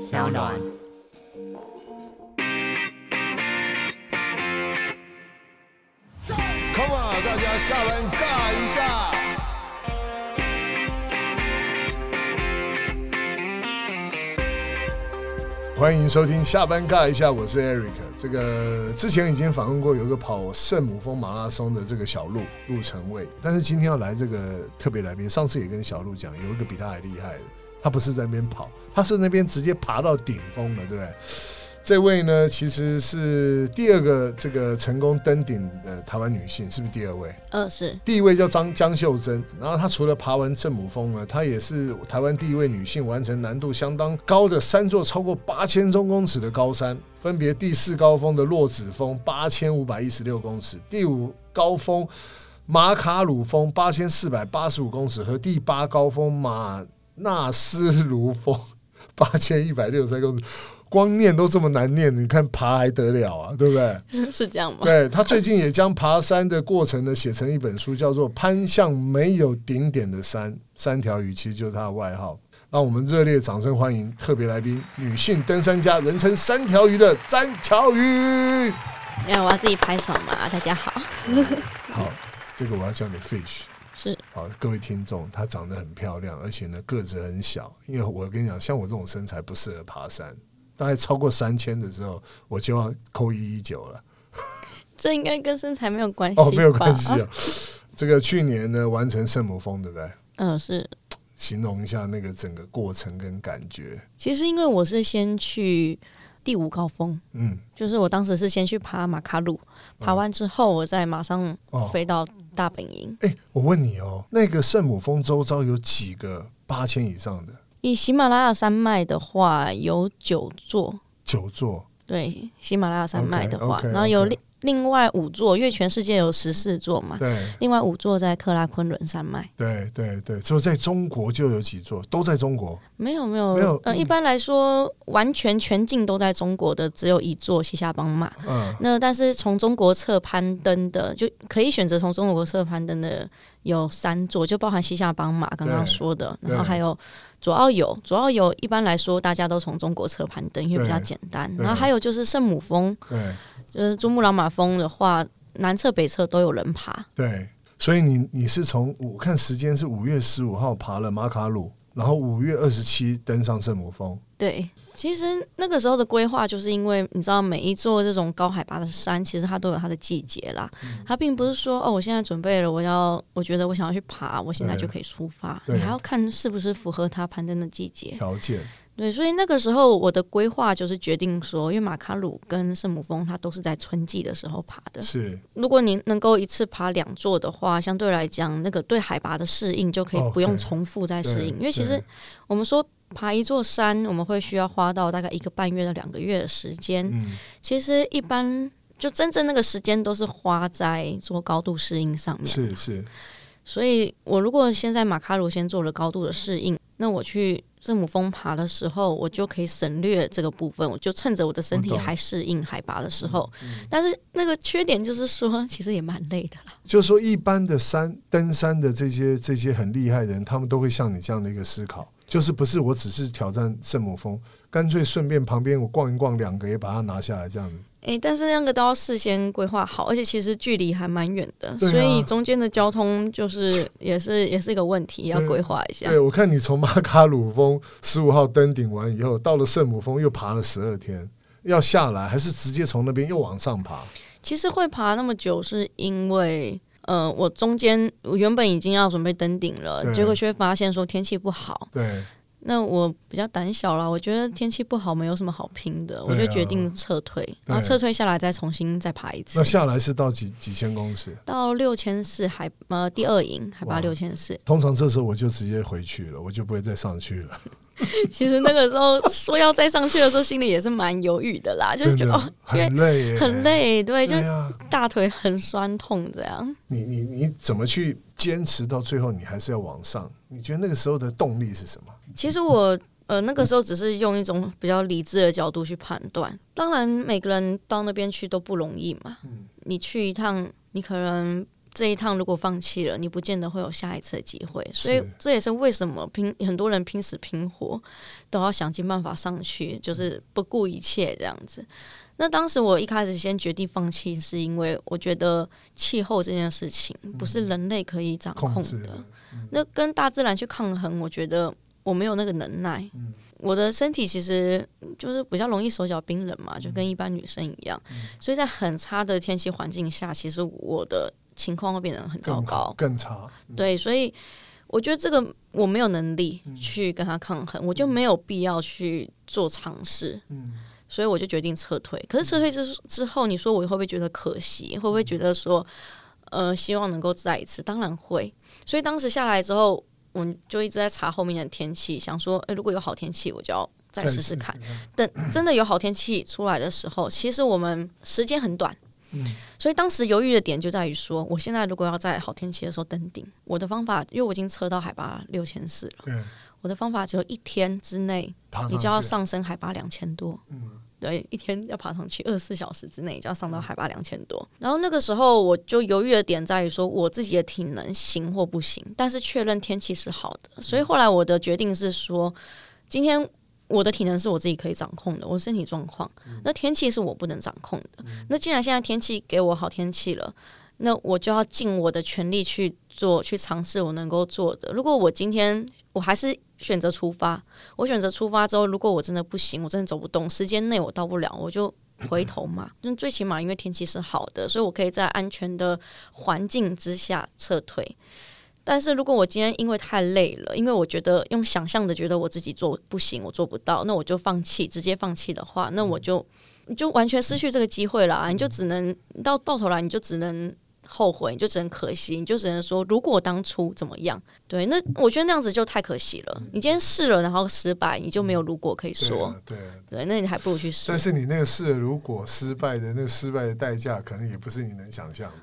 小暖。 Come on，大家下班尬一下。欢迎收听下班尬一下，我是 Eric。这个之前已经访问过有一个跑圣母峰马拉松的这个小鹿陆成卫，但是今天要来这个特别来宾，上次也跟小鹿讲，有一个比他还厉害的，他不是在那边跑，他是那边直接爬到顶峰了，对不对？这位呢，其实是第二个这个成功登顶的台湾女性，是不是第二位？二嗯是 第一位叫张江秀珍，然后她除了爬完圣母峰呢，她也是台湾第一位女性完成难度相当高的三座超过八千多公尺的高山，分别第四高峰的洛子峰八千五百一十六公尺，第五高峰马卡鲁峰八千四百八十五公尺和第八高峰马纳斯卢峰八千一百六十三公尺。光念都这么难念，你看爬还得了啊，对不对？是这 样吗？对他最近也将爬山的过程呢写成一本书，叫做《攀向没有顶点的山》，三条鱼其实就是他的外号。让我们热烈掌声欢迎特别来宾，女性登山家，人称“三条鱼”的詹乔鱼。哎，我要自己拍手嘛！大家好，好，这个我要叫你 fish。是好，各位听众，她长得很漂亮，而且呢个子很小。因为我跟你讲，像我这种身材不适合爬山，大概超过三千的时候，我就要扣一一九了。这应该跟身材没有关系吧哦，没有关系啊。 这个去年呢，完成圣母峰，对不对？嗯、是。形容一下那个整个过程跟感觉。其实因为我是先去第五高峰，嗯，就是我当时是先去爬马卡鲁，爬完之后我再马上哦飞到大本营。哎、我问你哦，那个圣母峰周遭有几个八千以上的以喜马拉雅山脉的话，有九座，九座？对，喜马拉雅山脉的话 OK，OK，OK 然后有另另外五座，因为全世界有十四座嘛， 对另外五座在克拉昆仑山脉。对对对，只有在中国就有几座，都在中国。没有没有没有呃，嗯一般来说，完全全境都在中国的只有一座西夏邦 马。嗯，那但是从中国侧攀登的，就可以选择从中国侧攀登的有三座，就包含西夏邦马刚刚对说的，对然后还有左澳游。左澳游一般来说大家都从中国侧攀登，因为比较对简单。对然后还有就是圣母峰，对就是珠穆朗玛峰的话，南侧北侧都有人爬。对，所以你你是从我看时间是五月十五号爬了马卡鲁，然后五月二十七登上圣母峰。对，其实那个时候的规划，就是因为你知道，每一座这种高海拔的山，其实它都有它的季节啦。嗯它并不是说哦，我现在准备了，我要，我觉得我想要去爬，我现在对就可以出发。对你还要看是不是符合它攀登的季节。条 件对，所以那个时候我的规划就是决定说，因为马卡鲁跟圣母峰它都是在春季的时候爬的。是如果你能够一次爬两座的话，相对来讲，那个对海拔的适应就可以不 OK，用重复再适应，哦对因为其实对我们说爬一座山，我们会需要花到大概一个半月到两个月的时间。嗯其实一般就真正那个时间都是花在做高度适应上面。是是所以我如果先在马卡鲁先做了高度的适应，那我去圣母峰爬的时候，我就可以省略这个部分，我就趁着我的身体我懂嗯还适应海拔的时候。但是那个缺点就是说， 其实也蛮累的啦。就是说，一般的山登山的这些这些很厉害的人，他们都会像你这样的一个思考，就是不是我只是挑战圣母峰，干脆顺便旁边我逛一逛两个也把它拿下来这样子。诶、但是那个都要事先规划好，而且其实距离还蛮远的，对啊所以中间的交通就是 也是也是一个问题，要对规划一下哎对，。我看你从马卡鲁峰十五号登顶完以后，到了圣母峰又爬了十二天，要下来还是直接从那边又往上爬？其实会爬那么久，是因为呃，我中间我原本已经要准备登顶了，对结果却发现说天气不好。对，那我比较胆小啦，我觉得天气不好没有什么好拼啊的，我就决定撤退，然后撤退下来再重新再爬一次那，下来是到几几千公尺？到六千四海呃第二营海拔哇六千四。通常这时候我就直接回去了，我就不会再上去了。其实那个时候说要再上去的时候，心里也是蛮犹豫的啦，就是真觉得哦的，因为很累耶，很。累，对，就对啊，大腿很酸痛这样。你你你怎么去坚持到最后？你还是要往上？你觉得那个时候的动力是什么？其实我呃那个时候只是用一种比较理智的角度去判断。当然，每个人到那边去都不容易嘛。你去一趟，你可能这一趟如果放弃了，你不见得会有下一次的机会。所以是这也是为什么拼很多人拼死拼活都要想尽办法上去，就是不顾一切这样子。那当时我一开始先决定放弃，是因为我觉得气候这件事情不是人类可以掌控控制的，的那跟大自然去抗衡，我觉得我没有那个能耐。我的身体其实就是比较容易手脚冰冷嘛，就跟一般女生一样，所以在很差的天气环境下，其实我的情况会变得很糟更糕。更差，对，所以我觉得这个我没有能力去跟他抗衡，我就没有必要去做尝试。嗯，所以我就决定撤退。可是撤退之之后，你说我会不会觉得可惜？会不会觉得说，呃，希望能够再一次？当然会。所以当时下来之后，我们就一直在查后面的天气，想说，诶、哎如果有好天气，我就要再试试看。等真的有好天气出来的时候，其实我们时间很短。嗯所以当时犹豫的点就在于说，我现在如果要在好天气的时候登顶，我的方法，因为我已经测到海拔六千四了，对，我的方法只有一天之内，爬上你就要去，上升海拔两千多。嗯对，一天要爬上去，二十四小时之内就要上到海拔两千多。然后那个时候我就犹豫的点在于说，我自己的体能行或不行，但是确认天气是好嗯的，所以后来我的决定是说，今天我的体能是我自己可以掌控的，我身体状况，嗯那天气是我不能掌控的。那既然现在天气给我好天气了。那我就要尽我的全力去做，去尝试我能够做的。如果我今天我还是选择出发，我选择出发之后，如果我真的不行，我真的走不动，时间内我到不了，我就回头嘛。那最起码因为天气是好的，所以我可以在安全的环境之下撤退。但是如果我今天因为太累了，因为我觉得用想象的觉得我自己做不行，我做不到，那我就放弃，直接放弃的话，那嗯我就你就完全失去这个机会了、啊，你就只能到到头来，你就只能后悔，你就只能可惜，你就只能说如果我当初怎么样。对，那我觉得那样子就太可惜了。你今天试了，然后失败，你就没有如果可以对说。啊对啊。对，那你还不如去试但。是你那个试了，如果失败的那个失败的代价，可能也不是你能想象的，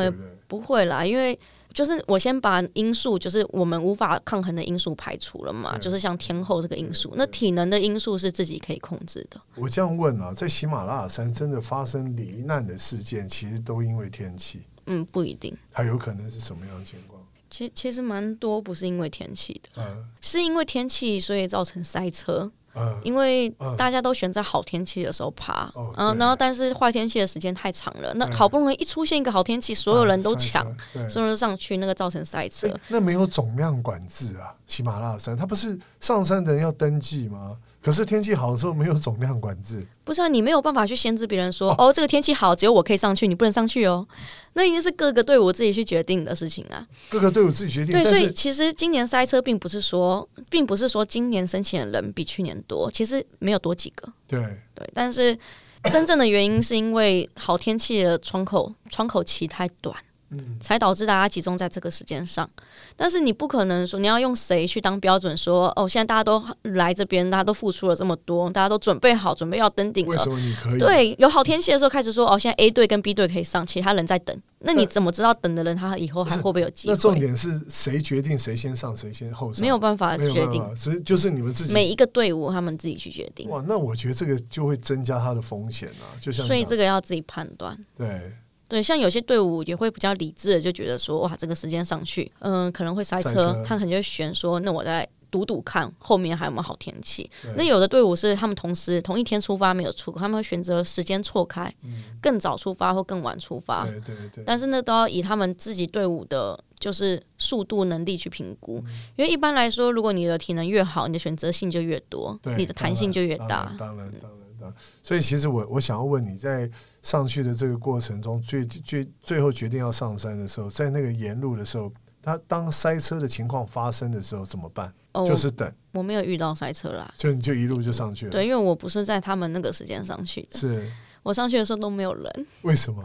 对呃，不对？不会啦，因为就是我先把因素，就是我们无法抗衡的因素排除了嘛，对就是像天候这个因素，那体能的因素是自己可以控制的。我这样问啊，在喜马拉雅山真的发生罹难的事件，其实都因为天气，嗯，不一定。还有可能是什么样的情况？其其实蛮多不是因为天气的，嗯是因为天气所以造成塞车，嗯因为嗯大家都选在好天气的时候爬，哦嗯，对然后但是坏天气的时间太长了，那嗯好不容易一出现一个好天气，所有人都嗯抢，对所有人上去，那个造成塞车。哎那没有总量管制啊，喜马拉雅山，它不是上山的人要登记吗？可是天气好的时候没有总量管制，不是啊，你没有办法去限制别人说，哦这个天气好，只有我可以上去，你不能上去哦。 那已经是各个队伍自己去决定的事情 啊。各个队伍自己决定。对，但所以是其实今年塞车并不是说，并不是说今年申请的人比去年多，其实没有多几个。对，对，但 是真正的原因是因为好天气的窗口窗口期太短。嗯，才导致大家集中在这个时间上。但是你不可能说你要用谁去当标准说，哦，现在大家都来这边，大家都付出了这么多，大家都准备好，准备要登顶为了什。么你可以？对，有好天气的时候开始说，哦，现在 A 队跟 B 队可以上，其他人在等。那你怎么知道等的人他以后还会不会有机那重会？点是谁决定谁先上，谁先后上？没有办法没有决办定法，，只是就是你们自己每一个队伍他们自己去决定，哇，那我觉得这个就会增加它的风险啊，就像所以这这个要自己判断。对对，像有些队伍也会比较理智的，就觉得说，哇，这个时间上去，嗯、可能会塞车，塞车他可能就会选说，那我再赌赌看后面还有没有好天气对。那有的队伍是他们同时同一天出发没有出，他们会选择时间错开，嗯更早出发或更晚出发。对对对，但是那都要以他们自己队伍的，就是速度能力去评估，因为一般来说，如果你的体能越好，你的选择性就越多对，你的弹性就越大。当然，当然，当然，当然。所以其实我我想要问你，在上去的这个过程中，最最最后决定要上山的时候，在那个沿路的时候，他当塞车的情况发生的时候怎么办？哦，就是等，我我没有遇到塞车啦，所以你就一路就上去了。对，因为我不是在他们那个时间上去的，是我上去的时候都没有人。为什么？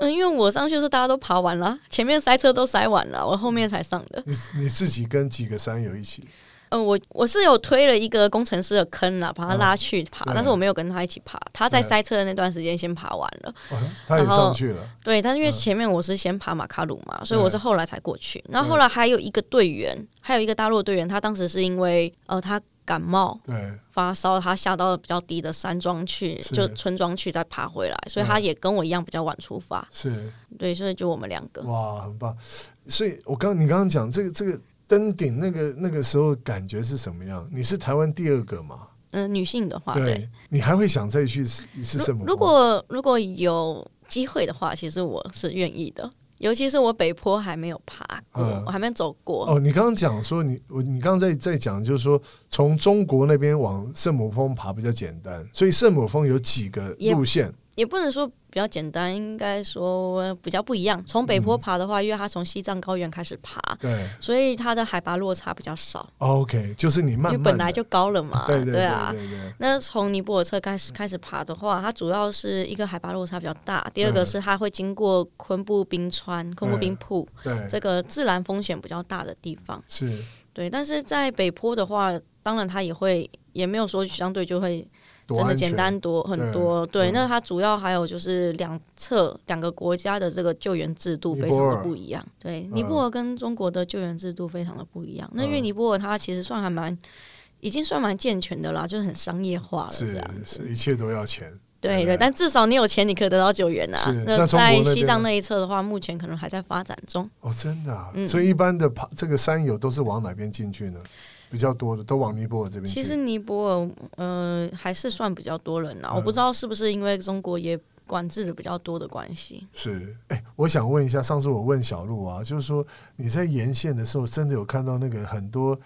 嗯，因为我上去的时候大家都爬完了，前面塞车都塞完了，我后面才上的。你你自己跟几个山友一起？嗯，我我是有推了一个工程师的坑啦，把他拉去爬，啊对但是我没有跟他一起爬，他在对塞车的那段时间先爬完了。哇哦他也然后上去了，对，但是因为前面我是先爬马卡鲁嘛，所以对我是后来才过去。嗯然后后来还有一个队员，还有一个大陆队员，他当时是因为呃他感冒对，发烧，他下到比较低的山庄去，是就村庄去再爬回来，所嗯以他也跟我一样比较晚出发。是对，所以就我们两个。哇，很棒！所以我刚你刚刚讲这个这个登顶那个那个时候感觉是什么样？你是台湾第二个嘛？嗯、女性的话，对，对，你还会想再去一次圣母峰？如如果如果有机会的话，其实我是愿意的。尤其是我北坡还没有爬过，嗯我还没走过。哦，你刚刚讲说你我你刚刚在在讲就是说从中国那边往圣母峰爬比较简单，所以圣母峰有几个路线也不能说比较简单，应该说比较不一样。从北坡爬的话，因为它从西藏高原开始爬，对哦所以它的海拔落差比较少， ，OK，就是你慢因慢为本地来就高了嘛。对对对啊。对对那从尼泊尔侧开始开始爬的话，它主要是一个海拔落差比较大，第二个嗯是它会经过昆布冰川、昆布冰瀑、对这个自然风险比较大的地方。是对，但是在北坡的话，当然它也会也没有说相对就会多真的安全简单多很多。对对，嗯那它主要还有就是两侧两个国家的这个救援制度非常尼泊的尔不一样。对，嗯尼泊尔跟中国的救援制度非常的不一样。那因为嗯尼泊尔它其实算还蛮。已经算蛮健全的啦，就是很商业化了这是样子是，。一切都要钱。对对对，但至少你有钱，你可以得到救援啊是。那那中国那在边西藏呢那一侧的话，目前可能还在发展中。哦，真的、啊嗯所以一般的爬这个山友都是往哪边进去呢？比较多的都往尼泊尔这边去。其实尼泊尔，呃，还是算比较多人啦。嗯我不知道是不是因为中国也管制的比较多的关系。是，哎、我想问一下，上次我问小鹿啊，就是说你在沿线的时候，真的有看到那个很多，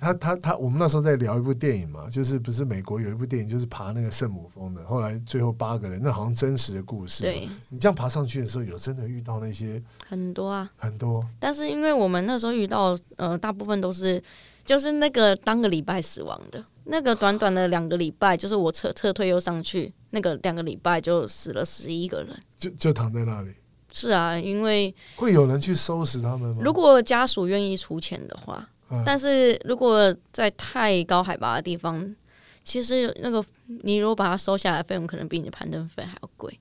他他他，我们那时候在聊一部电影嘛，就是不是美国有一部电影，就是爬那个圣母峰的，后来最后八个人，那好像真实的故事。，对，你这样爬上去的时候，有真的遇到那些很多啊。很多但是因为我们那时候遇到，呃，大部分都是就是那个当个礼拜死亡的，那个短短的两个礼拜，就是我撤撤退又上去，那个两个礼拜就死了十一个人。就就躺在那里，是啊，因为会有人去收拾他们吗？如果家属愿意出钱的话，嗯但是如果在太高海拔的地方，其实那个你如果把它收下来，费用可能比你的攀登费还要贵。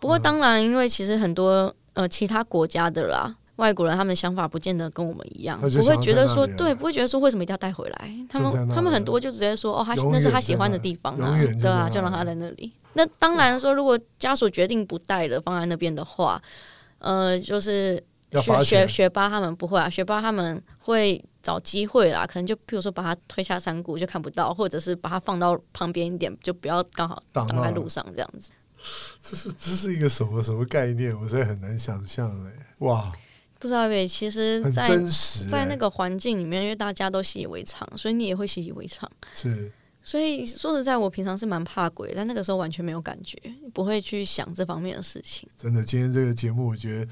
不过当然，因为其实很多呃其他国家的啦，外国人他们的想法不见得跟我们一样，他就不会想要觉在得那说里啊对，不会觉得说为什么一定要带回来？他就在们那他们里很多就直接说哦，他永远那是在他喜欢的地方那啊里永远，对啊，就在那里就让他在那里。那当然说，如果家属决定不带了，放在那边的话，呃，就是要罚学学钱学霸他们不会啊，学霸他们会找机会啦，可能就譬如说把他推下山谷就看不到，或者是把他放到旁边一点，就不要刚好挡挡到在了路上这样子。这是这是一个什么什么概念？我现在很难想象哎、哇，不知道呗，其实很嗯在，真实、欸，在那个环境里面，因为大家都习以为常，所以你也会习以为常。是所以说实在，我平常是蛮怕鬼，但那个时候完全没有感觉，不会去想这方面的事情。真的，今天这个节目，我觉得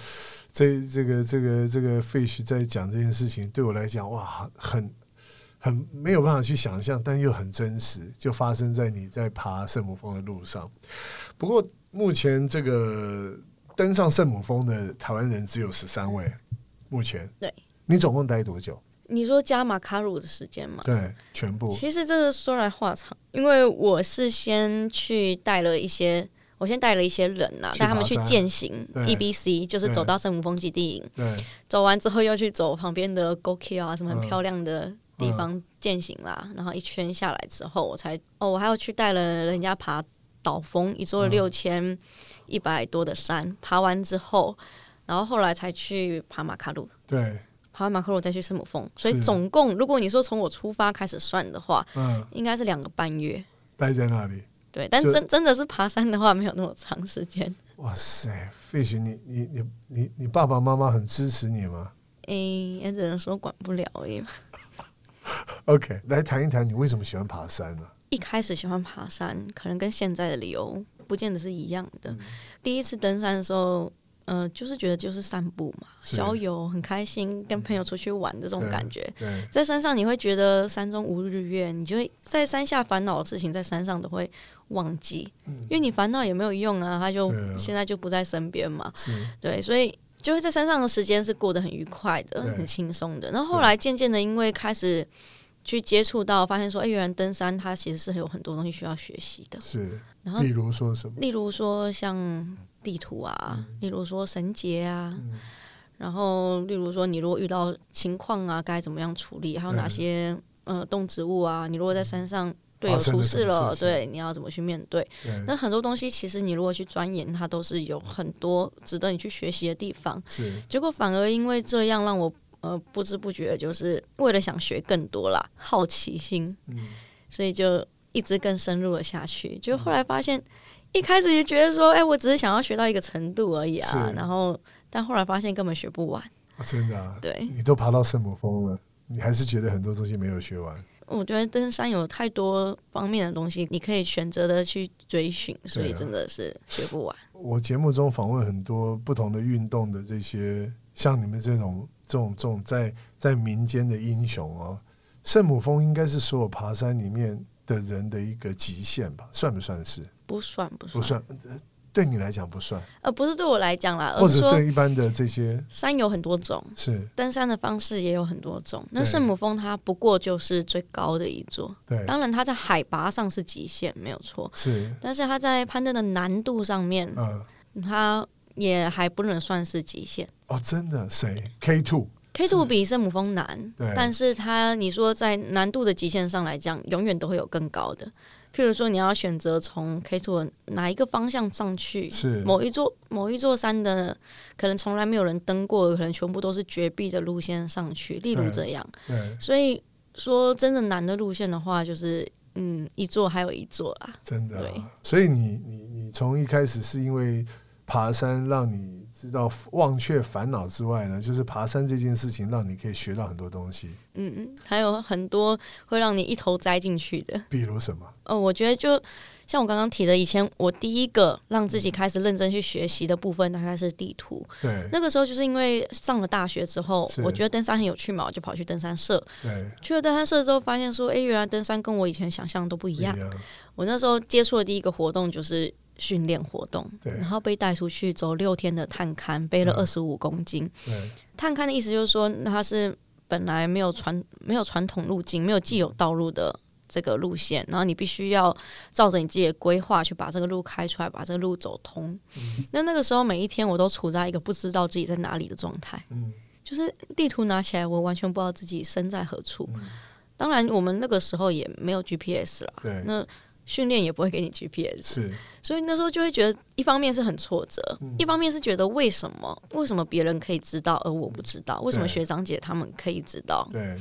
这这个这个这个 Fish 在讲这件事情，对我来讲，哇，很很没有办法去想象，但又很真实，就发生在你在爬圣母峰的路上。不过，目前这个登上圣母峰的台湾人只有十三位，目前对。你总共待多久？你说加马卡鲁的时间吗？对，全部其实这个说来话长，因为我是先去带了一些，我先带了一些人呐、去带他们爬去山践行对 EBC，就是走到圣母峰基地营，对走完之后又去走旁边的 g o k i 啊，什么很嗯漂亮的地方践行啦。然后一圈下来之后，我才哦，我还要去带了人家爬岛峰，一座嗯六千一百多的山，爬完之后，然后后来才去爬马卡鲁。对，爬完马卡鲁再去圣母峰，所以是总共，如果你说从我出发开始算的话，嗯，应该是两个半月。待在那里。对，但就真真的是爬山的话，没有那么长时间。 哇塞，Fish，你你你你你爸爸妈妈很支持你吗？诶、也只能说管不了而已嘛。 OK，来谈一谈你为什么喜欢爬山啊呢、一开始喜欢爬山，可能跟现在的理由不见得是一样嗯的。第一次登山的时候，呃，就是觉得就是散步嘛，是郊游很开心，跟朋友出去玩的这种对感觉。对，在山上你会觉得山中无日月，你就会在山下烦恼的事情，在山上都会忘记，因为你烦恼也没有用啊，他就嗯对啊现在就不在身边嘛，是对，所以就会在山上的时间是过得很愉快的，对很轻松的。然后后来渐渐的，因为开始去接触到，发现说，哎，原来登山它其实是有很多东西需要学习的。是，然后例如说什么？例如说像地图啊，嗯例如说绳结啊，然后例如说你如果遇到情况啊，该怎么样处理，还有嗯哪些、呃动植物啊，你如果在山上队友发生了出什么事了，事情对，你要怎么去面对？对，那很多东西其实你如果去钻研，它都是有很多值得你去学习的地方。是结果反而因为这样，让我呃不知不觉就是为了想学更多啦，好奇心，嗯所以就一直更深入了下去。就嗯后来发现，一开始就觉得说，哎、我只是想要学到一个程度而已啊是，然后但后来发现根本学不完。啊真的、啊，对，你都爬到圣母峰了，你还是觉得很多东西没有学完，我觉得登山有太多方面的东西，你可以选择的去追寻，所以对啊真的是学不完。我节目中访问很多不同的运动的这些，像你们这种这种这种在在民间的英雄哦，圣母峰应该是所有爬山里面的人的一个极限吧？算不算是？不算不不算，算，呃对你来讲不算，呃，不是对我来讲啦，而或是者呃说嗯对一般的这些山有很多种，是登山的方式也有很多种。那对圣母峰它不过就是最高的一座，对当然它在海拔上是极限，没有错。是但是它在攀登的难度上面，嗯它也还不能算是极限。哦，真的谁 K two K two 比圣母峰难对，但是它你说在难度的极限上来讲，永远都会有更高的。譬如说，你要选择从 K two 哪一个方向上去，是某一座某一座山的，可能从来没有人登过，可能全部都是绝壁的路线上去，例如对这样。对，所以说，真的难的路线的话，就是嗯，一座还有一座啦。真的啊、对所以你你你从一开始是因为爬山让你知道忘却烦恼之外呢，就是爬山这件事情让你可以学到很多东西，嗯嗯，还有很多会让你一头栽进去的。比如什么？呃，我觉得就像我刚刚提的，以前我第一个让自己开始认真去学习的部分，大概是地图。对那个时候就是因为上了大学之后是，我觉得登山很有趣嘛，我就跑去登山社。对，去了登山社之后，发现说，哎、原来登山跟我以前想象都不一不样。我那时候接触的第一个活动就是训练活动，对然后被带出去走六天的探勘，背了嗯二十五公斤。对探勘的意思就是说，那它是本来没有传没有传统路径、没有既有道路的这个路线，然后你必须要照着你自己的规划去把这个路开出来，把这个路走通。那那个时候每一天我都处在一个不知道自己在哪里的状态，嗯就是地图拿起来，我完全不知道自己身在何处。嗯当然，我们那个时候也没有 GPS 啦，对那训练也不会给你 GPS，是所以那时候就会觉得，一方面是很挫折，嗯一方面是觉得为什么为什么别人可以知道，而我不知道？为什么学长姐他们可以知道？对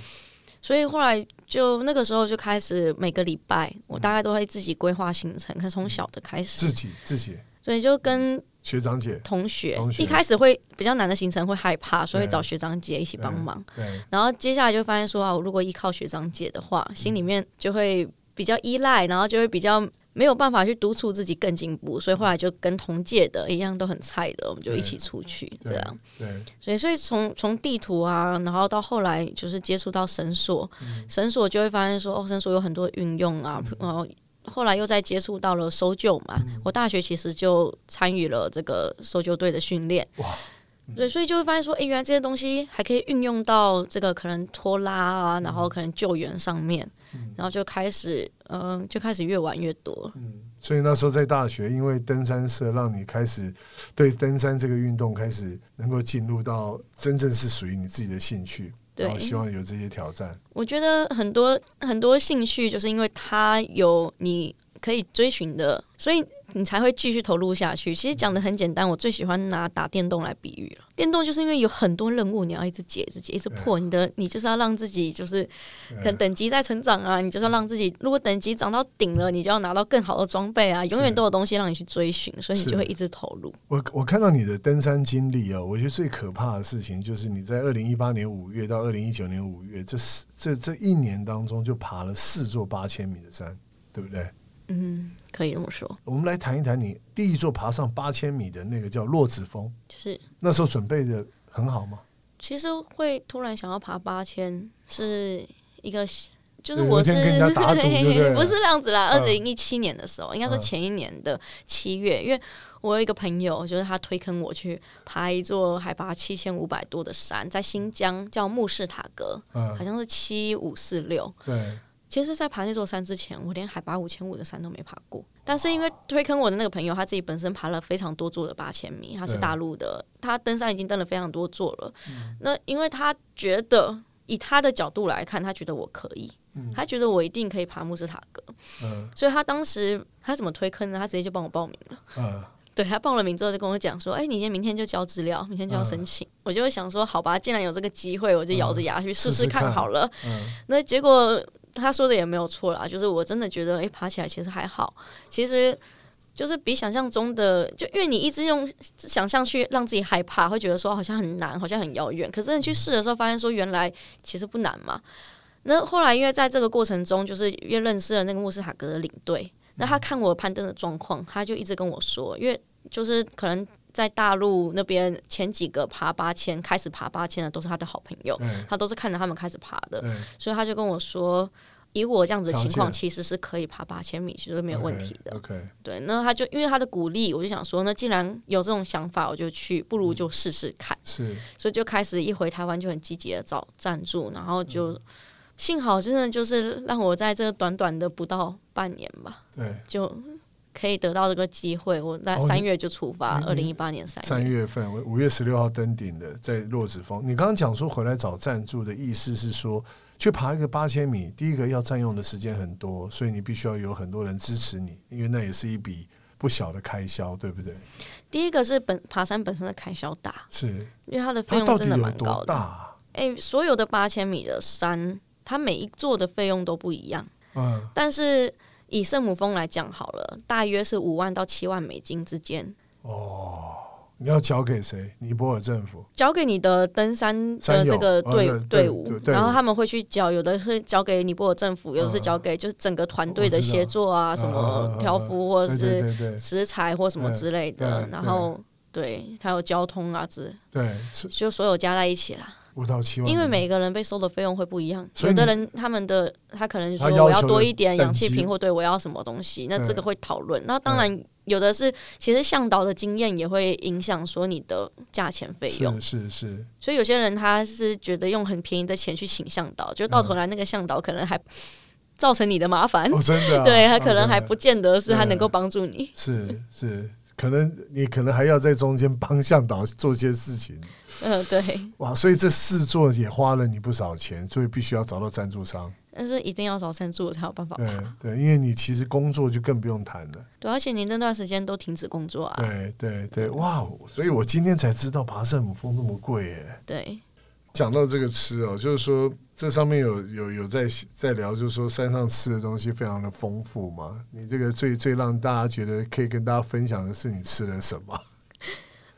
所以后来就那个时候就开始每个礼拜，我大概都会自己规划行程，可能从小的开嗯自始，己自己所以就跟学长姐同学同学一开始会比较难的行程会害怕，所以会对找学长姐一起帮忙。对然后接下来就发现说啊，我如果依靠学长姐的话，心里面就会比较依赖，然后就会比较没有办法去督促自己更进步，所以后来就跟同届的一样都很菜的，我们就一起出去这对样。对所以，所以从从地图啊，然后到后来就是接触到绳索，绳索就会发现说哦，绳索有很多运用啊，然后。后来又再接触到了搜救嘛，我大学其实就参与了这个搜救队的训练，哇对，所以就会发现说，诶，原来这些东西还可以运用到这个可能拖拉啊，然后可能救援上面，然后就开始，嗯、就开始越玩越多了。所以那时候在大学，因为登山社让你开始对登山这个运动开始能够进入到真正是属于你自己的兴趣，对然后希望有这些挑战，我觉得很多很多兴趣，就是因为它有你可以追寻的，所以你才会继续投入下去。其实讲的很简单，我最喜欢拿打电动来比喻了。电动就是因为有很多任务，你要一直解、一直解、一直破，你的你就是要让自己就是可能等级在成长啊，你就是要让自己如果等级涨到顶了，你就要拿到更好的装备啊，永远都有东西让你去追寻，所以你是就会一直投入。我我看到你的登山经历哦，我觉得最可怕的事情就是你在二零一八年五月到二零一九年五月这四这这一年当中就爬了四座八千米的山，对不对？嗯，可以这么说，我们来谈一谈你第一座爬上八千米的那个叫落子峰，就是那时候准备的很好吗？其实会突然想要爬八千，是一个就是对我那是天跟人家打赌对不对 不是这样子嗯啦。二零一七年的时候，应该说前一年的七月，因为我有一个朋友，就是他推坑我去爬一座海拔七千五百多的山，在新疆叫慕士塔格，嗯好，像是七五四六。对，其实，在爬那座山之前，我连海拔五千五的山都没爬过。但是因为推坑我的那个朋友，他自己本身爬了非常多座的八千米，他是对大陆的，他登山已经登了非常多座了。那因为他觉得。以他的角度来看，他觉得我可以，他觉得我一定可以爬穆斯塔格，嗯所以他当时他怎么推坑呢？他直接就帮我报名了。嗯对他报了名之后就跟我讲说：“哎、你明天就交资料，明天就要申请。我就会想说：“好吧，既然有这个机会，我就咬着牙去嗯试试试试看看好了。嗯那结果他说的也没有错啦，就是我真的觉得，哎、爬起来其实还好，其实就是比想象中的，就因为你一直用想象去让自己害怕，会觉得说好像很难，好像很遥远。可是你去试的时候，发现说原来其实不难嘛。那后来因为在这个过程中，就是越认识了那个穆斯塔格的领队，那他看我攀登的状况，他就一直跟我说，因为就是可能。在大陆那边，前几个爬八千开始爬八千的都是他的好朋友，对他都是看着他们开始爬的。嗯对所以他就跟我说，以我这样子的情条况，件其实是可以爬八千米，就是没有问题的。 OK，对，那他就因为他的鼓励，我就想说，那既然有这种想法，我就去，不如就试试看。是所以就开始一回台湾就很积极的找赞助，然后就、嗯幸好真的就是让我在这短短的不到半年吧，对。就可以得到这个机会。我在哦你三月就出发，二你零一八年三三月。月份，我五月十六号登顶的，在洛子峰。你刚刚讲说回来找赞助的意思是说，去爬一个八千米，第一个要占用的时间很多，所以你必须要有很多人支持你，因为那也是一笔不小的开销，对不对？第一个是本爬山本身的开销大，是，因为它的费它用到底真的有蛮多高的大。啊？哎、所有的八千米的山，它每一座的费用都不一样，嗯，但是以圣母峰来讲好了，大约是五万到七万美金之间，你要交给谁？尼泊尔政府？交给你的登山山的友这个队、呃对队伍对，队伍然后他们会去交，有的是交给尼泊尔政府，有的是嗯交给就是整个团队我的知道协作啊，什嗯嗯嗯么嗯条幅或者对对是对对食材或什么嗯之类的，对然对后对，还有交通啊之，对，是就所有加在一起啦。五到七万美因金，为每个人被收的费用会不一样，嗯所以有你的人他们的他可能说他要求我要多一点的氧气等级瓶，或对我要什么东西，那对这个会讨论。那当然有的是，其实向导的经验也会影响说你的价钱费用，是是是，所以有些人他是觉得用很便宜的钱去请向导，就到头来那个向导可能还造成你的麻烦，嗯哦，真的啊、嗯对他可能 OK 还不见得是他对能够帮助你。是是，可能你可能还要在中间帮向导做些事情，嗯，对，哇！所以这四座也花了你不少钱，所以必须要找到赞助商。但是一定要找赞助才有办法对爬。对，因为你其实工作就更不用谈了。对，而且你那段时间都停止工作啊，对对对，哇！所以我今天才知道爬圣母峰这么贵耶。对，讲到这个吃哦，就是说这上面有有有在在聊，就是说山上吃的东西非常的丰富嘛。你这个最最让大家觉得可以跟大家分享的是你吃了什么？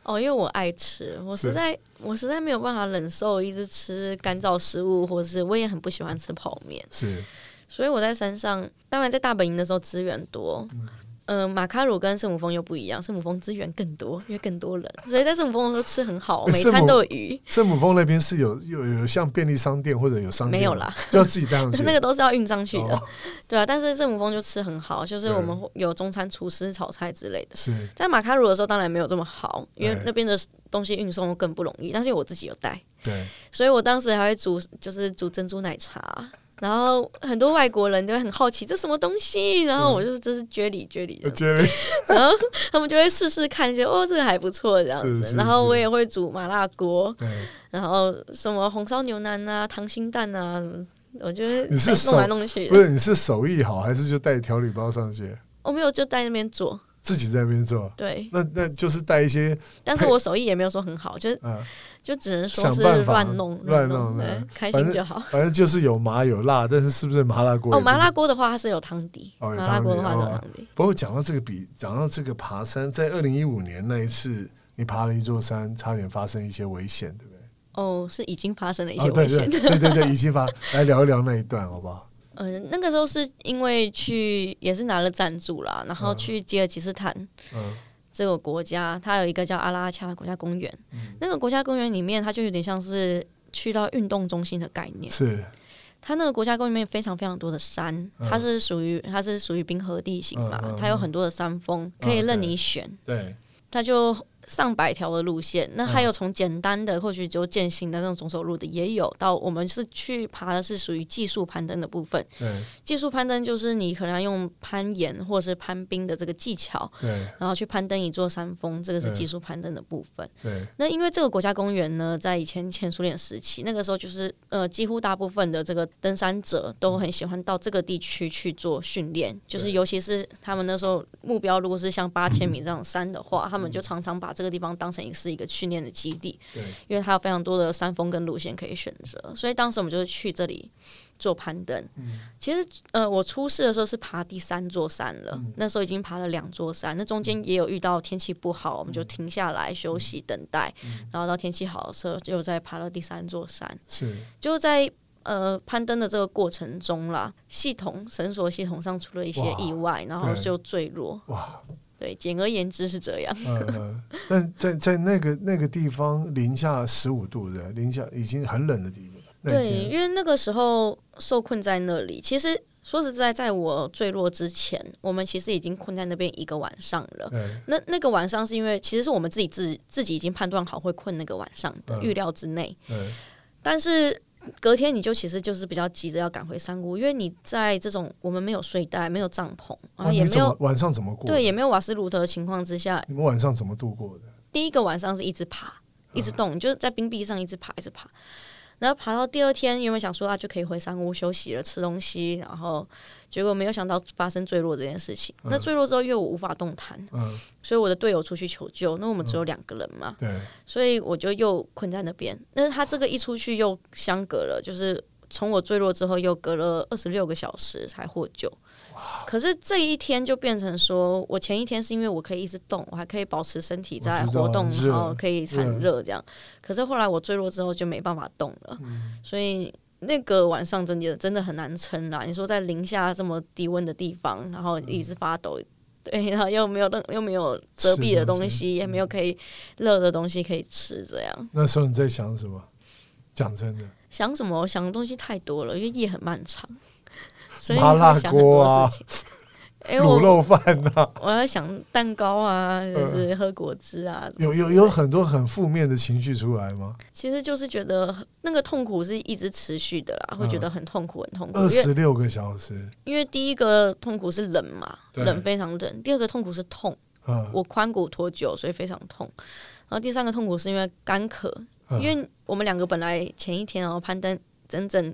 哦，因为我爱吃，我是实在我实在没有办法忍受一直吃干燥食物，或者是我也很不喜欢吃泡面，是所以我在山上，当然在大本营的时候资源多。嗯、马卡鲁跟圣母峰又不一样，圣母峰资源更多，因为更多人，所以在圣母峰的时候吃很好，哎 每圣餐母都有鱼，圣母峰那边是有有有像便利商店或者有商店没有吗啦，就要自己带上去。 那个都是要运上去的，哦对啊。但是圣母峰就吃很好，就是对我们会有中餐厨师炒菜之类的。是在马卡鲁的时候当然没有这么好，因为哎那边的东西运送更不容易，但是我自己有带。对所以我当时还会煮，就是煮珍珠奶茶。然后很多外国人就会很好奇这什么东西，然后我嗯就这是绝里绝里我的，觉得然后他们就会试试看，觉得哦这个还不错这样是是子。然后是我也会煮麻辣锅， 对，然后什么红烧牛腩啊、溏心蛋啊，什么我觉得你是弄来手弄去不的。是你是手艺好，还是就带调理包上去我没有就在那边做，自己在那边做？对，那那就是带一些但是我手艺也没有说很好，就啊，就只能说想是办法乱弄乱弄弄，对嗯，开反心正就好。反正就是有麻有辣，但是是不是麻辣锅？哦，麻辣。锅的话它是有汤底，哦有麻辣锅的话是有汤底哦汤底。不过讲到这个比讲到这个爬山，在二零一五年那一次，你爬了一座山，差点发生一些危险，对不对？哦，是已经发生了一哦，些对危对险。对对对，已经发来聊一聊那一段，好不好？嗯、那个时候是因为去也是拿了赞助啦，然后嗯去吉尔吉斯坦 嗯这个国家，它有一个叫阿拉恰国家公园。嗯那个国家公园里面，它就有点像是去到运动中心的概念。是它那个国家公园里面非常非常多的山，嗯它是属于它是属于冰河地形嘛，嗯嗯嗯它有很多的山峰，可以任你选。对它就上百条的路线，那还嗯有从简单的，或许就践行的那种走手路的也有，到我们是去爬的是属于技术攀登的部分。对技术攀登就是你可能要用攀岩或是攀冰的这个技巧，对然后去攀登一座山峰，这个是嗯技术攀登的部分。对，那因为这个国家公园呢，在以前前苏联时期，那个时候就是呃，几乎大部分的这个登山者都很喜欢到这个地区去做训练，就是尤其是他们那时候目标如果是像八千米这样山的话，他们就常常把这个地方当成是一个训练的基地，对因为它有非常多的山峰跟路线可以选择，所以当时我们就是去这里。做攀登，嗯其实呃，我出事的时候是爬第三座山了，嗯那时候已经爬了两座山，那中间也有遇到天气不好，我嗯们就停下来休息等待，然后到天气好的时候又再爬到第三座山，是，就在呃攀登的这个过程中啦，系统绳索系统上出了一些哇意外，然后对就坠落。哇，对，简而言之是这样。嗯嗯， 但在在那个那个地方零下十五度的，零下已经很冷的地方，那对，一天啊因为那个时候受困在那里，其实。说实在，在我坠落之前，我们其实已经困在那边一个晚上了。对那那个晚上是因为，其实是我们自己自自己已经判断好会困那个晚上的，嗯预料之内。对但是隔天你就其实就是比较急着要赶回山谷，因为你在这种我们没有睡袋、没有帐篷，哇，然后也哦你没怎么有晚上怎么过的？对也没有瓦斯炉的情况之下，你们晚上怎么度过的？第一个晚上是一直爬，一直动，就是在冰壁上一直爬，一直爬。然后爬到第二天，原本想说啊，就可以回山屋休息了，吃东西。然后结果没有想到发生坠落这件事情。那坠落之后，因为我无法动弹，嗯，所以我的队友出去求救。那我们只有两个人嘛，对所以我就又困在那边。那他这个一出去又相隔了，就是从我坠落之后又隔了二十六个小时才获救。可是这一天就变成说，我前一天是因为我可以一直动，我还可以保持身体在我知道活动，热然后可以产热这样。可是后来我坠落之后就没办法动了，嗯所以那个晚上真的真的很难撑啦。你说在零下这么低温的地方，然后一嗯直发抖，对，然后又没有任又没有遮蔽的吃东西东西，也没有可以热的东西可以吃，这样那时候你在想什么？讲真的，想什么？我想的东西太多了，因为夜很漫 长，所以麻辣会想很多锅啊事情。 哎、卤我肉饭呐、我要想蛋糕啊，就是喝果汁啊，有有有很多很负面的情绪出来吗？其实就是觉得那个痛苦是一直持续的啦，会觉得很痛苦，很痛苦。二因为十六个小时，因为第一个痛苦是冷嘛，对冷非常冷；第二个痛苦是痛，嗯，我髋骨脱臼，所以非常痛。然后第三个痛苦是因为干咳，嗯因为我们两个本来前一天哦攀登整整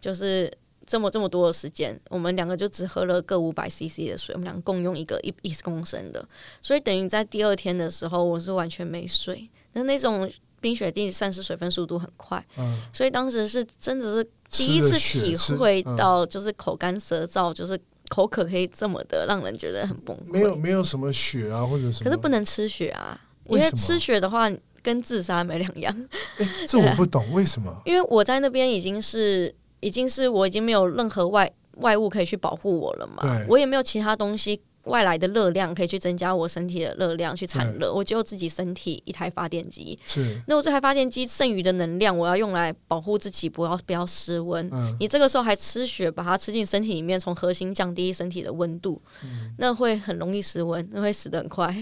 就是这么这么多的时间，我们两个就只喝了各五百 CC 的水，我们两个共用一个一一公升的，所以等于在第二天的时候我是完全没睡，那那种。冰雪地散失水分速度很快，嗯所以当时是真的是吃第一了次血体吃会嗯到，就是口干舌燥，就是口渴可以这么的让人觉得很崩溃。没有没有什么血啊，或者什么。可是不能吃血啊，因为什为么吃血的话跟自杀没两样。 诶这我不懂为什么。因为我在那边已经是已经是我已经没有任何外外物可以去保护我了嘛对，我也没有其他东西外来的热量可以去增加我身体的热量去产热，我只有自己身体一台发电机。是，那我这台发电机剩余的能量，我要用来保护自己，不要不要失温。 嗯，你这个时候还吃血，把它吃进身体里面，从核心降低身体的温度，嗯那会很容易失温，那会死得很快。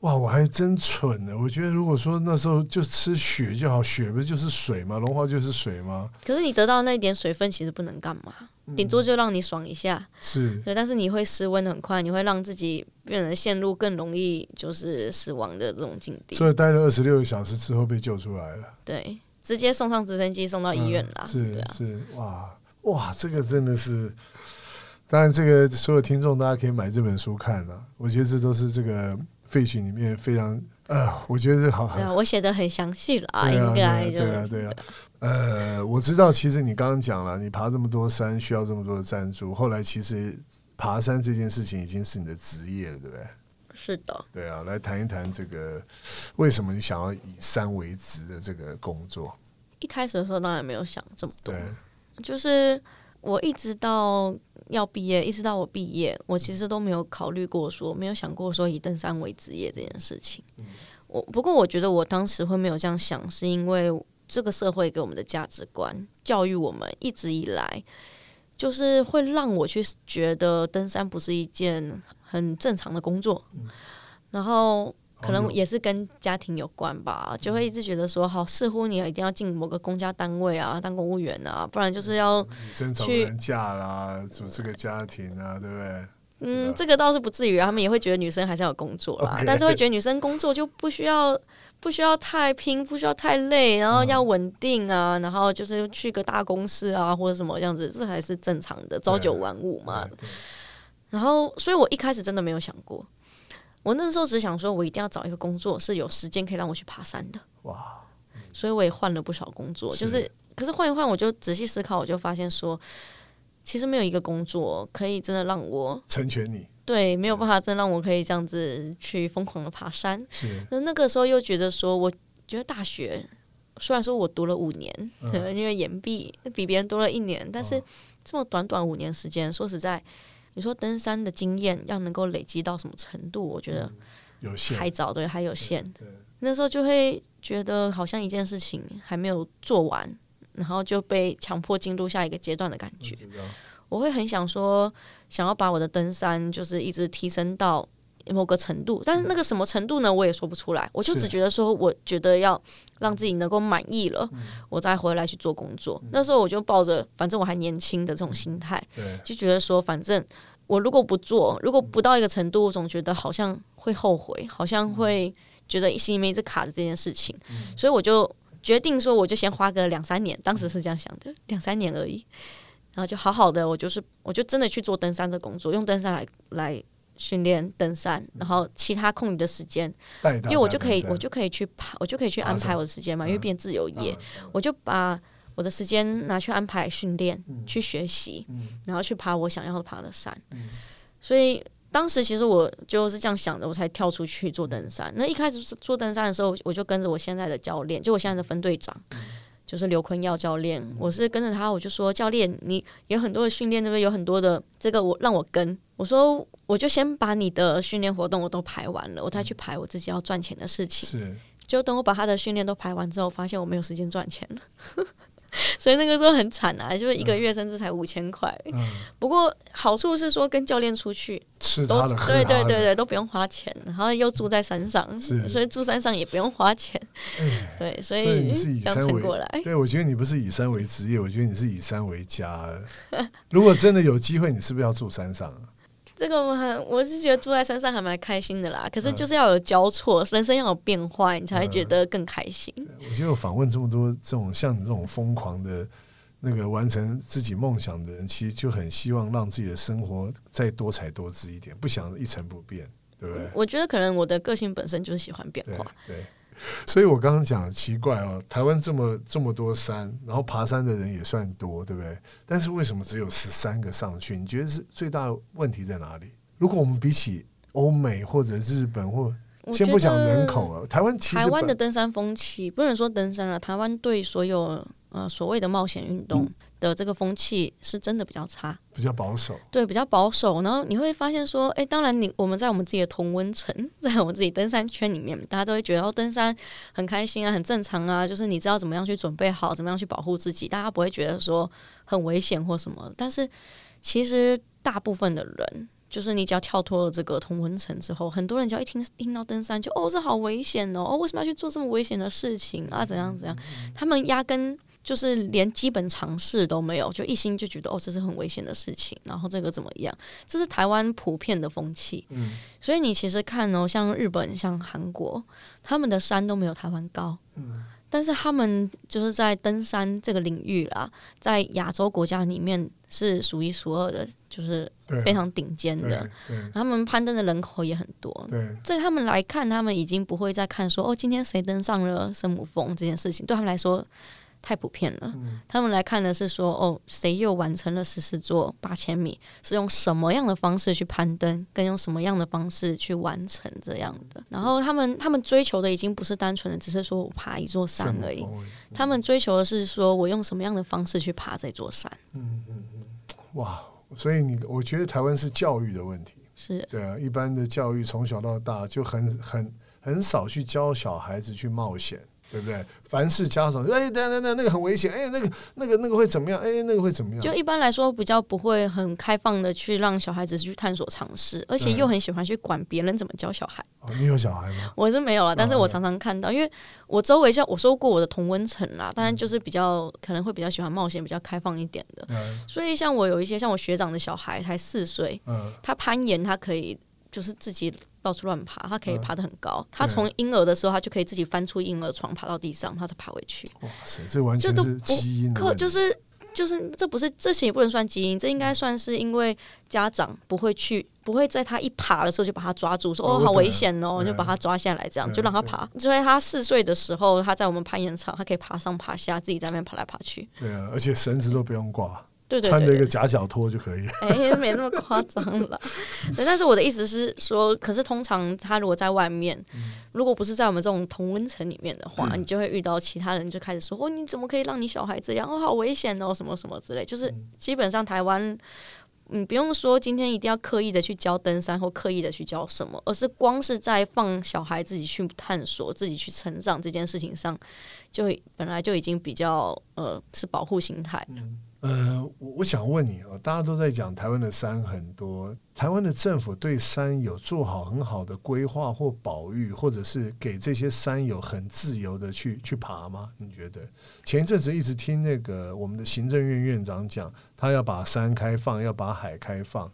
哇，我还真蠢呢。我觉得如果说那时候就吃血就好，血不是就是水吗？融化就是水吗？可是你得到那一点水分，其实不能干嘛，嗯顶多就让你爽一下。是，对，但是你会失温的很快，你会让自己变得陷入更容易就是死亡的这种境地。所以待了二十六个小时之后被救出来了，对，直接送上直升机送到医院啦。嗯对啊是，是，哇哇，这个真的是。当然，这个所有听众大家可以买这本书看啊。我觉得这都是这个废墟里面非常呃，我觉得这好对啊，很我写的很详细啦，对啊应该就对啊，对啊，对啊。呃，我知道，其实你刚刚讲了，你爬这么多山需要这么多的赞助，后来其实爬山这件事情已经是你的职业了，对不对？是的。对啊，来谈一谈这个为什么你想要以山为职的这个工作？一开始的时候当然没有想这么多对，，就是我一直到要毕业，一直到我毕业，我其实都没有考虑过说，没有想过说以登山为职业这件事情。我不过我觉得我当时会没有这样想，是因为这个社会给我们的价值观教育我们一直以来，就是会让我去觉得登山不是一件很正常的工作，然后可能也是跟家庭有关吧，就会一直觉得说，好，似乎你一定要进某个公家单位啊，当公务员啊，不然就是要，女生找个去人嫁啦，组织个家庭啊，对不对？嗯，这个倒是不至于啊，他们也会觉得女生还是要有工作啦 OK 但是会觉得女生工作就不需要。不需要太拼，不需要太累，然后要稳定啊，然后就是去个大公司啊，或者什么样子，这还是正常的，朝九晚五嘛。对对然后，所以我一开始真的没有想过，我那时候只想说，我一定要找一个工作是有时间可以让我去爬山的。哇，所以我也换了不少工作，是就是可是换一换，我就仔细思考，我就发现说，其实没有一个工作可以真的让我成全你对没有办法真的让我可以这样子去疯狂的爬山。是那那个时候又觉得说，我觉得大学虽然说我读了五年，嗯 因为延毕比别人多了一年，但是这么短短五年时间，说实在。你说登山的经验要能够累积到什么程度？我觉得有嗯还限，早，对，还有限。对，那时候就会觉得好像一件事情还没有做完，然后就被强迫进入下一个阶段的感觉。知道我会很想说，想要把我的登山就是一直提升到某个程度，但是那个什么程度呢，我也说不出来。我就是只觉得说，我觉得要让自己能够满意了，我再回来去做工作。那时候我就抱着反正我还年轻的这种心态，对，就觉得说，反正我如果不做，如果不到一个程度，我总觉得好像会后悔，好像会觉得心里面一直卡着这件事情，所以我就决定说，我就先花个两三年，当时是这样想的，两三年而已，然后就好好的，我就是我就真的去做登山的工作，用登山来来。训练登山，然后其他空余的时间，带大因为我家就可以嗯登，山我就可以去爬，我就可以去爬安排山我的时间嘛，因为变自由业，嗯我就把我的时间拿去安排训练、嗯去学习，然后去爬我想要爬的山。嗯所以当时其实我就是这样想的，我才跳出去做登山。那一开始做登山的时候，我就跟着我现在的教练，就我现在的分队长。就是刘坤耀教练，我是跟着他，我就说教练，你有很多的训练，对不对？有很多的这个我让我跟，我说我就先把你的训练活动我都排完了，我再去排我自己要赚钱的事情。是就等我把他的训练都排完之后，发现我没有时间赚钱了，所以那个时候很惨啊，就是一个月甚至才五千块。不过好处是说跟教练出去吃都他的，喝对他对的对，对都不用花钱，然后又住在山上，是所以住山上也不用花钱。嗯对，所所以以你是以这样山撑为过来。哎对，我觉得你不是以山为职业，我觉得你是以山为家。 如果真的有机会，你是不是要住山上啊？这个我很，我是觉得住在山上还蛮开心的啦。可嗯是就是要有交错，人生要有变化，你才会觉得更开心。我觉得我访问这么多这种像你这种疯狂的。那个完成自己梦想的人，其实就很希望让自己的生活再多彩多姿一点，不想一成不变，对不对？我觉得可能我的个性本身就是喜欢变对化。对，所以我刚刚讲奇怪哦，台湾这么这么多山，然后爬山的人也算多，对不对？但是为什么只有十三个上去？你觉得是最大的问题在哪里？如果我们比起欧美或者日本或我先觉不讲得人口了，台湾其实台湾的本登山风气，不能说登山了，台湾对所有呃所谓的冒险运嗯动的这个风气是真的比较差，比较保守，对，比较保守。然后你会发现说，哎、当然你我们在我们自己的同温层，在我们自己登山圈里面，大家都会觉得哦，登山很开心啊，很正常啊，就是你知道怎么样去准备好，怎么样去保护自己，大家不会觉得说很危险或什么。但是其实大部分的人。就是你只要跳脱了这个同温层之后，很多人只要一听听到登山就哦这好危险哦，哦为什么要去做这么危险的事情啊怎样怎样，他们压根就是连基本常识都没有，就一心就觉得哦这是很危险的事情，然后这个怎么样，这是台湾普遍的风气。嗯，所以你其实看哦，像日本、像韩国，他们的山都没有台湾高。嗯。但是他们就是在登山这个领域啦，在亚洲国家里面是数一数二的，就是对啊非常顶尖对的。对他们攀登的人口也很多，对在他们来看，他们已经不会再看说哦，今天谁登上了圣母峰这件事情，对他们来说太普遍了。他们来看的是说哦，谁又完成了十四座八千米，是用什么样的方式去攀登，跟用什么样的方式去完成这样的。然后他们他们追求的已经不是单纯的只是说我爬一座山圣母而已，峰而已他们追求的是说我用什么样的方式去爬这座山。哇！所以你我觉得台湾是教育的问题。是对啊，一般的教育从小到大就很很很少去教小孩子去冒险，对不对？凡事加上，哎，等等等，那个很危险，哎，那个那个那个会怎么样？哎，那个会怎么样？就一般来说，比较不会很开放的去让小孩子去探索尝试，而且又很喜欢去管别人怎么教小孩。哦你有小孩吗？我是没有了，但是我常常看到，因为我周围像我说过我的同温层啦，当然就是比较可能会比较喜欢冒险、比较开放一点的。嗯所以像我有一些像我学长的小孩才四岁，嗯，他攀岩，他可以就是自己到处乱爬，他可以爬得很高。他对从婴儿的时候，他就可以自己翻出婴儿床，爬到地上，他再爬回去。哇塞，这完全就都是不基因的可问题，就是就是这不是这些也不能算基因，这应该算是因为家长不会去。不会在他一爬的时候就把他抓住，说哦哦好对危险哦，对就把他抓下来，这样对啊就让他爬。就在他四岁的时候，他在我们攀岩场，他可以爬上爬下，自己在那边爬来爬去。对啊，而且绳子都不用挂，对对穿着对一对个，夹脚拖就可以了。哎，也没那么夸张了。对，但是我的意思是说，可是通常他如果在外面，如果不是在我们这种同温层里面的话，你就会遇到其他人就开始说：“哦，你怎么可以让你小孩这样？哦，好危险哦，什么什么之类。”就是基本上台湾。你不用说，今天一定要刻意的去教登山或刻意的去教什么，而是光是在放小孩自己去探索、自己去成长这件事情上，就本来就已经比较呃是保护心态。呃，我我想问你哦，大家都在讲台湾的山很多，台湾的政府对山有做好很好的规划或保育，或者是给这些山有很自由的去去爬吗？你觉得？前一阵子一直听那个我们的行政院院长讲，他要把山开放，要把海开放，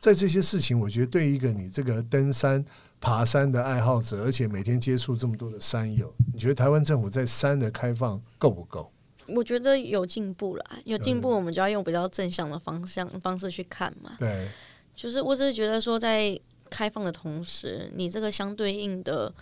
在这些事情，我觉得对一个你这个登山。爬山的爱好者，而且每天接触这么多的山友，你觉得台湾政府在山的开放够不够？我觉得有进步啦，有进步，有我们就要用比较正向的方向方式去看嘛。对，就是我只是觉得说，在开放的同时，你这个相对应的、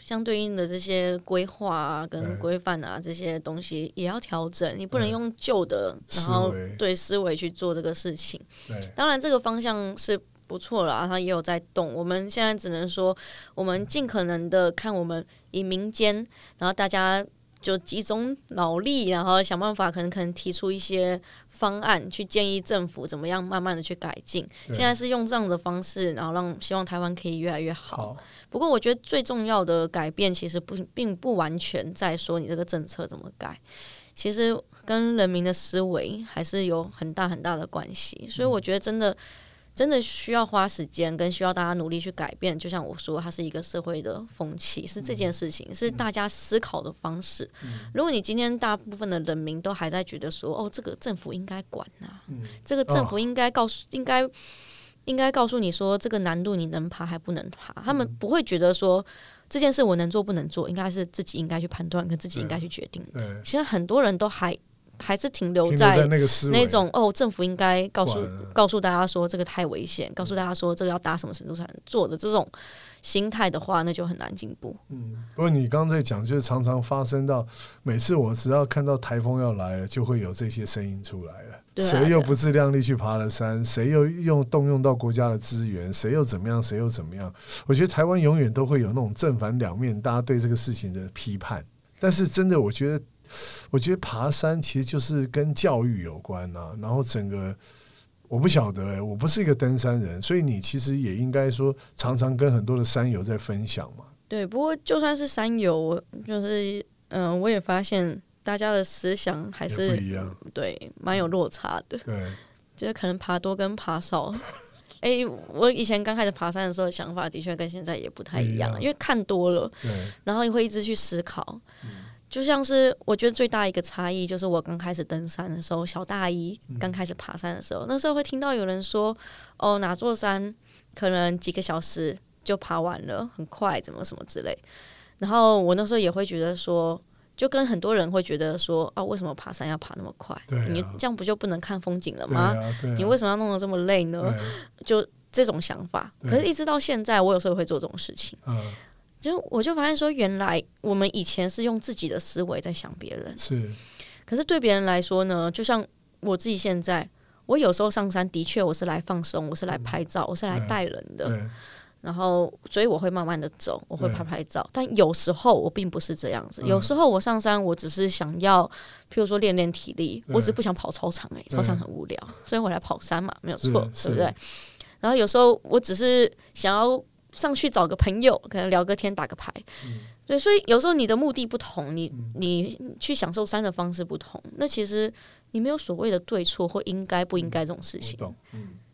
相对应的这些规划啊、对跟规范啊这些东西也要调整，你不能嗯用旧的，然思后维对思维去做这个事情。对，当然，这个方向是不错啦，它也有在动。我们现在只能说，我们尽可能的看我们以民间，然后大家就集中脑力，然后想办法，可能可能提出一些方案，去建议政府怎么样慢慢的去改进。对现在是用这样的方式，然后让希望台湾可以越来越好。好。不过，我觉得最重要的改变其实不并不完全在说你这个政策怎么改，其实跟人民的思维还是有很大很大的关系。所以，我觉得真的真的需要花时间，跟需要大家努力去改变。就像我说，它是一个社会的风气，是这件事情，是大家思考的方式。如果你今天大部分的人民都还在觉得说，哦，这个政府应该管啊，这个政府应该告诉，应该应该告诉你说，这个难度你能爬还不能爬，他们不会觉得说。这件事我能做不能做，应该是自己应该去判断，跟自己应该去决定。对，现在很多人都还还是嗯停留停留在在那个思维那种哦，政府应该告诉管了告诉大家说这个太危险，告诉大家说这个要达什么程度才能做的这种心态的话，那就很难进步。不过你刚才讲，就是常常发生到，每次我只要看到台风要来了，就会有这些声音出来了。对啊谁又对啊不自量力去爬了山？谁又用动用到国家的资源？谁又怎么样？谁又怎么样？我觉得台湾永远都会有那种正反两面，大家对这个事情的批判。但是真的，我觉得，我觉得爬山其实就是跟教育有关啊。然后整个，我不晓得、欸，我不是一个登山人，所以你其实也应该说，常常跟很多的山友在分享嘛。对，不过就算是山友，我就是嗯、呃我也发现大家的思想还也是不一样对蛮有落差的，对。就是可能爬多跟爬少。哎、我以前刚开始爬山的时候，想法的确跟现在也不太一样，不一样因为看多了，对，然后也会一直去思考。嗯就像是我觉得最大一个差异，就是我刚开始登山的时候，小大一嗯刚开始爬山的时候，那时候会听到有人说，哦，哪座山可能几个小时就爬完了，很快，怎么什么之类。然后我那时候也会觉得说，就跟很多人会觉得说，啊，为什么爬山要爬那么快？对啊你这样不就不能看风景了对吗？啊，对啊你为什么要弄得这么累呢？对就这种想法。对可是，一直到现在，我有时候会做这种事情。嗯，就我就发现说，原来我们以前是用自己的思维在想别人，是，可是对别人来说呢，就像我自己现在，我有时候上山的确我是来放松，我是来拍照，我是来带人的，嗯对，然后所以我会慢慢的走，我会对拍拍照，但有时候我并不是这样子，嗯有时候我上山我只是想要，譬如说练练体力，对我只不想跑操场哎、对操场很无聊，所以我来跑山嘛，没有是错，是对不对？然后嗯有时候我只是想要上去找个朋友，可能聊个天、打个牌，对，所以有时候你的目的不同，你你去享受山的方式不同，那其实你没有所谓的对错或应该不应该这种事嗯我情。懂。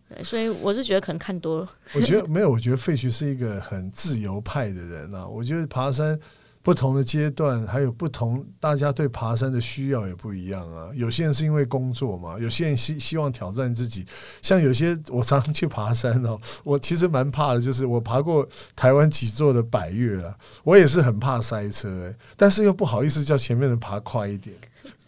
对，所以我是觉得可能看多了，我觉得没有，我觉得费雪是一个很自由派的人啊。我觉得爬山不同的阶段，还有不同大家对爬山的需要也不一样啊。有些人是因为工作嘛，有些人希希望挑战自己。像有些我常常去爬山哦，我其实蛮怕的，就是我爬过台湾几座的百越了，我也是很怕塞车、欸，但是又不好意思叫前面人爬快一点。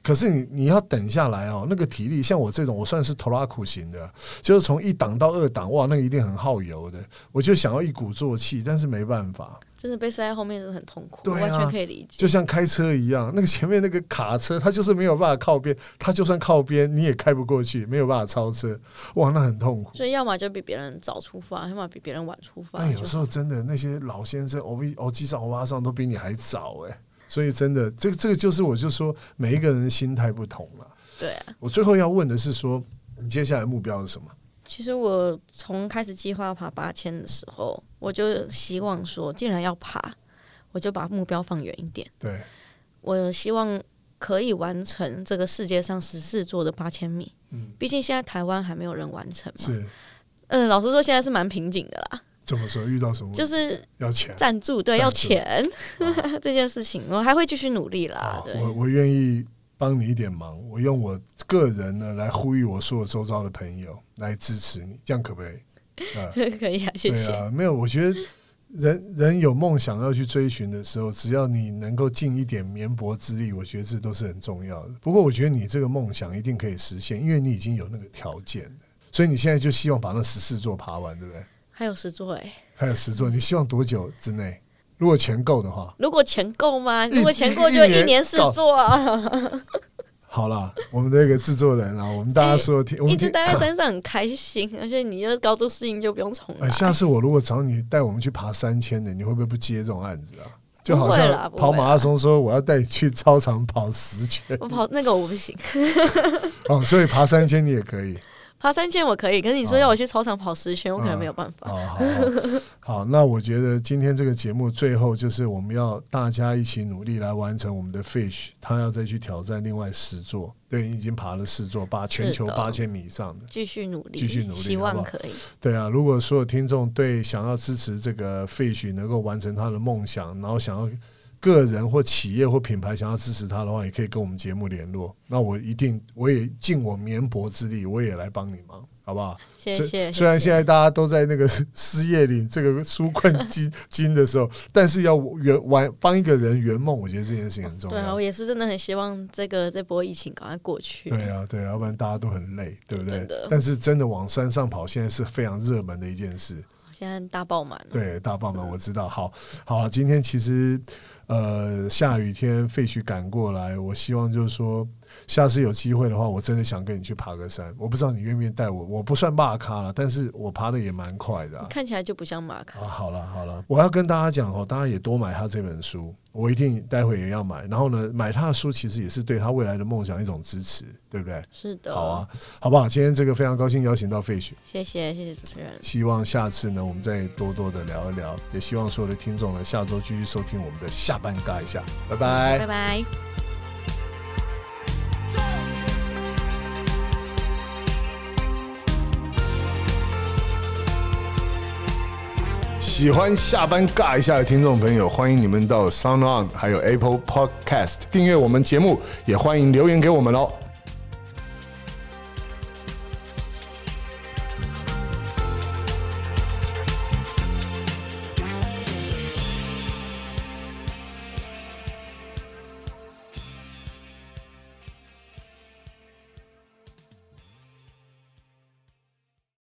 可是你你要等下来哦，那个体力，像我这种，我算是头拉苦型的，啊就是从一档到二档，哇，那个一定很耗油的。我就想要一鼓作气，但是没办法，真的被塞在后面真的很痛苦，对啊完全可以理解。就像开车一样，那个前面那个卡车，它就是没有办法靠边，它就算靠边，你也开不过去，没有办法超车，哇，那很痛苦。所以要么就比别人早出发，要么比别人晚出发那就好。有时候真的那些老先生，我比我机上我妈上都比你还早哎、所以真的，这个这个就是我就说每一个人的心态不同了。对啊，我最后要问的是说，你接下来目标是什么？其实我从开始计划爬八千的时候，我就希望说，既然要爬，我就把目标放远一点。对，我希望可以完成这个世界上十四座的八千米。嗯，毕竟现在台湾还没有人完成嘛。是嗯，老实说，现在是蛮瓶颈的啦，怎么说？遇到什么问题？就是要钱。赞助对赞助要钱 这件事情，我还会继续努力啦好。啊对，啊我我愿意帮你一点忙，我用我个人呢来呼吁我所有周遭的朋友来支持你，这样可不可以？啊、 可以啊，谢对谢。啊，没有，我觉得人人有梦想要去追寻的时候，只要你能够尽一点绵薄之力，我觉得这都是很重要的。不过，我觉得你这个梦想一定可以实现，因为你已经有那个条件了所以你现在就希望把那十四座爬完，对不对？还有十座哎、还有十座，你希望多久之内？如果钱够的话，如果钱够吗？一如果钱够就一年一年四座 啊，好啦，我们这个制作人啊，我们大家说听，我哎一们直听。待在山上很开心，而且你的高度适应就不用重来呃，。下次我如果找你带我们去爬三千的，你会不会不接这种案子啊？就好不会啦像不会啦跑马拉松，说我要带你去操场跑十圈我跑那个我不行，哦，所以爬三千你也可以。爬三千我可以，可是你说要我去操场跑十圈，我可能没有办法。哦，好好，好，那我觉得今天这个节目最后就是我们要大家一起努力来完成我们的 Fish，他要再去挑战另外十座，对，你已经爬了四座，八全球是的八千米以上的。继续努力，继续努力希好望不好可以。对啊，如果所有听众对想要支持这个 Fish 能够完成他的梦想，然后想要个人或企业或品牌想要支持他的话，也可以跟我们节目联络。那我一定，我也尽我绵薄之力，我也来帮你忙，好不好？谢虽谢。虽然谢谢现在大家都在那个 失业领这个纾困金金的时候，但是要圆完帮一个人圆梦，我觉得这件事情很重对啊，要我。也是真的很希望这个这波疫情赶快过去。对啊，对啊，要不然大家都很累，对不对真的？但是真的往山上跑，现在是非常热门的一件事。现在大爆满了，对，大爆满我知道。好，好了，今天其实呃下雨天废墟赶过来，我希望就是说，下次有机会的话，我真的想跟你去爬个山。我不知道你愿不愿意带我，我不算骂咖了，但是我爬的也蛮快的啊、看起来就不像马卡啊，。好了好了，我要跟大家讲哦，大家也多买他这本书，我一定待会也要买。然后呢，买他的书其实也是对他未来的梦想一种支持，对不对？是的，好啊，，好不好？今天这个非常高兴邀请到废墟。谢谢谢谢主持人，希望下次呢，我们再多多的聊一聊，也希望所有的听众呢，下周继续收听我们的下班尬一下，拜拜拜。拜。喜欢下班尬一下的听众朋友，欢迎你们到 Sound On 还有 Apple Podcast 订阅我们节目，也欢迎留言给我们哦。